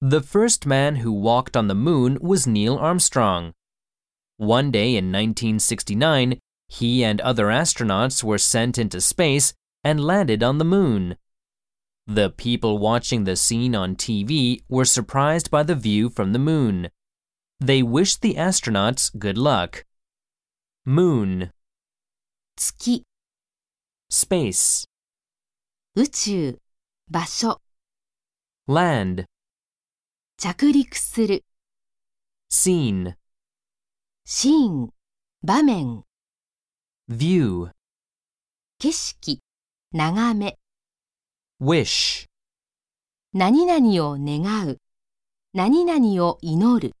The first man who walked on the moon was Neil Armstrong. One day in 1969, he and other astronauts were sent into space and landed on the moon. The people watching the scene on TV were surprised by the view from the moon. They wished the astronauts good luck. Moon, 月、 space, 宇宙、場所、 land, 着陸する、 scene, シーン、場面、 view, 景色、眺め、 wish. 何々を願う、何々を祈る。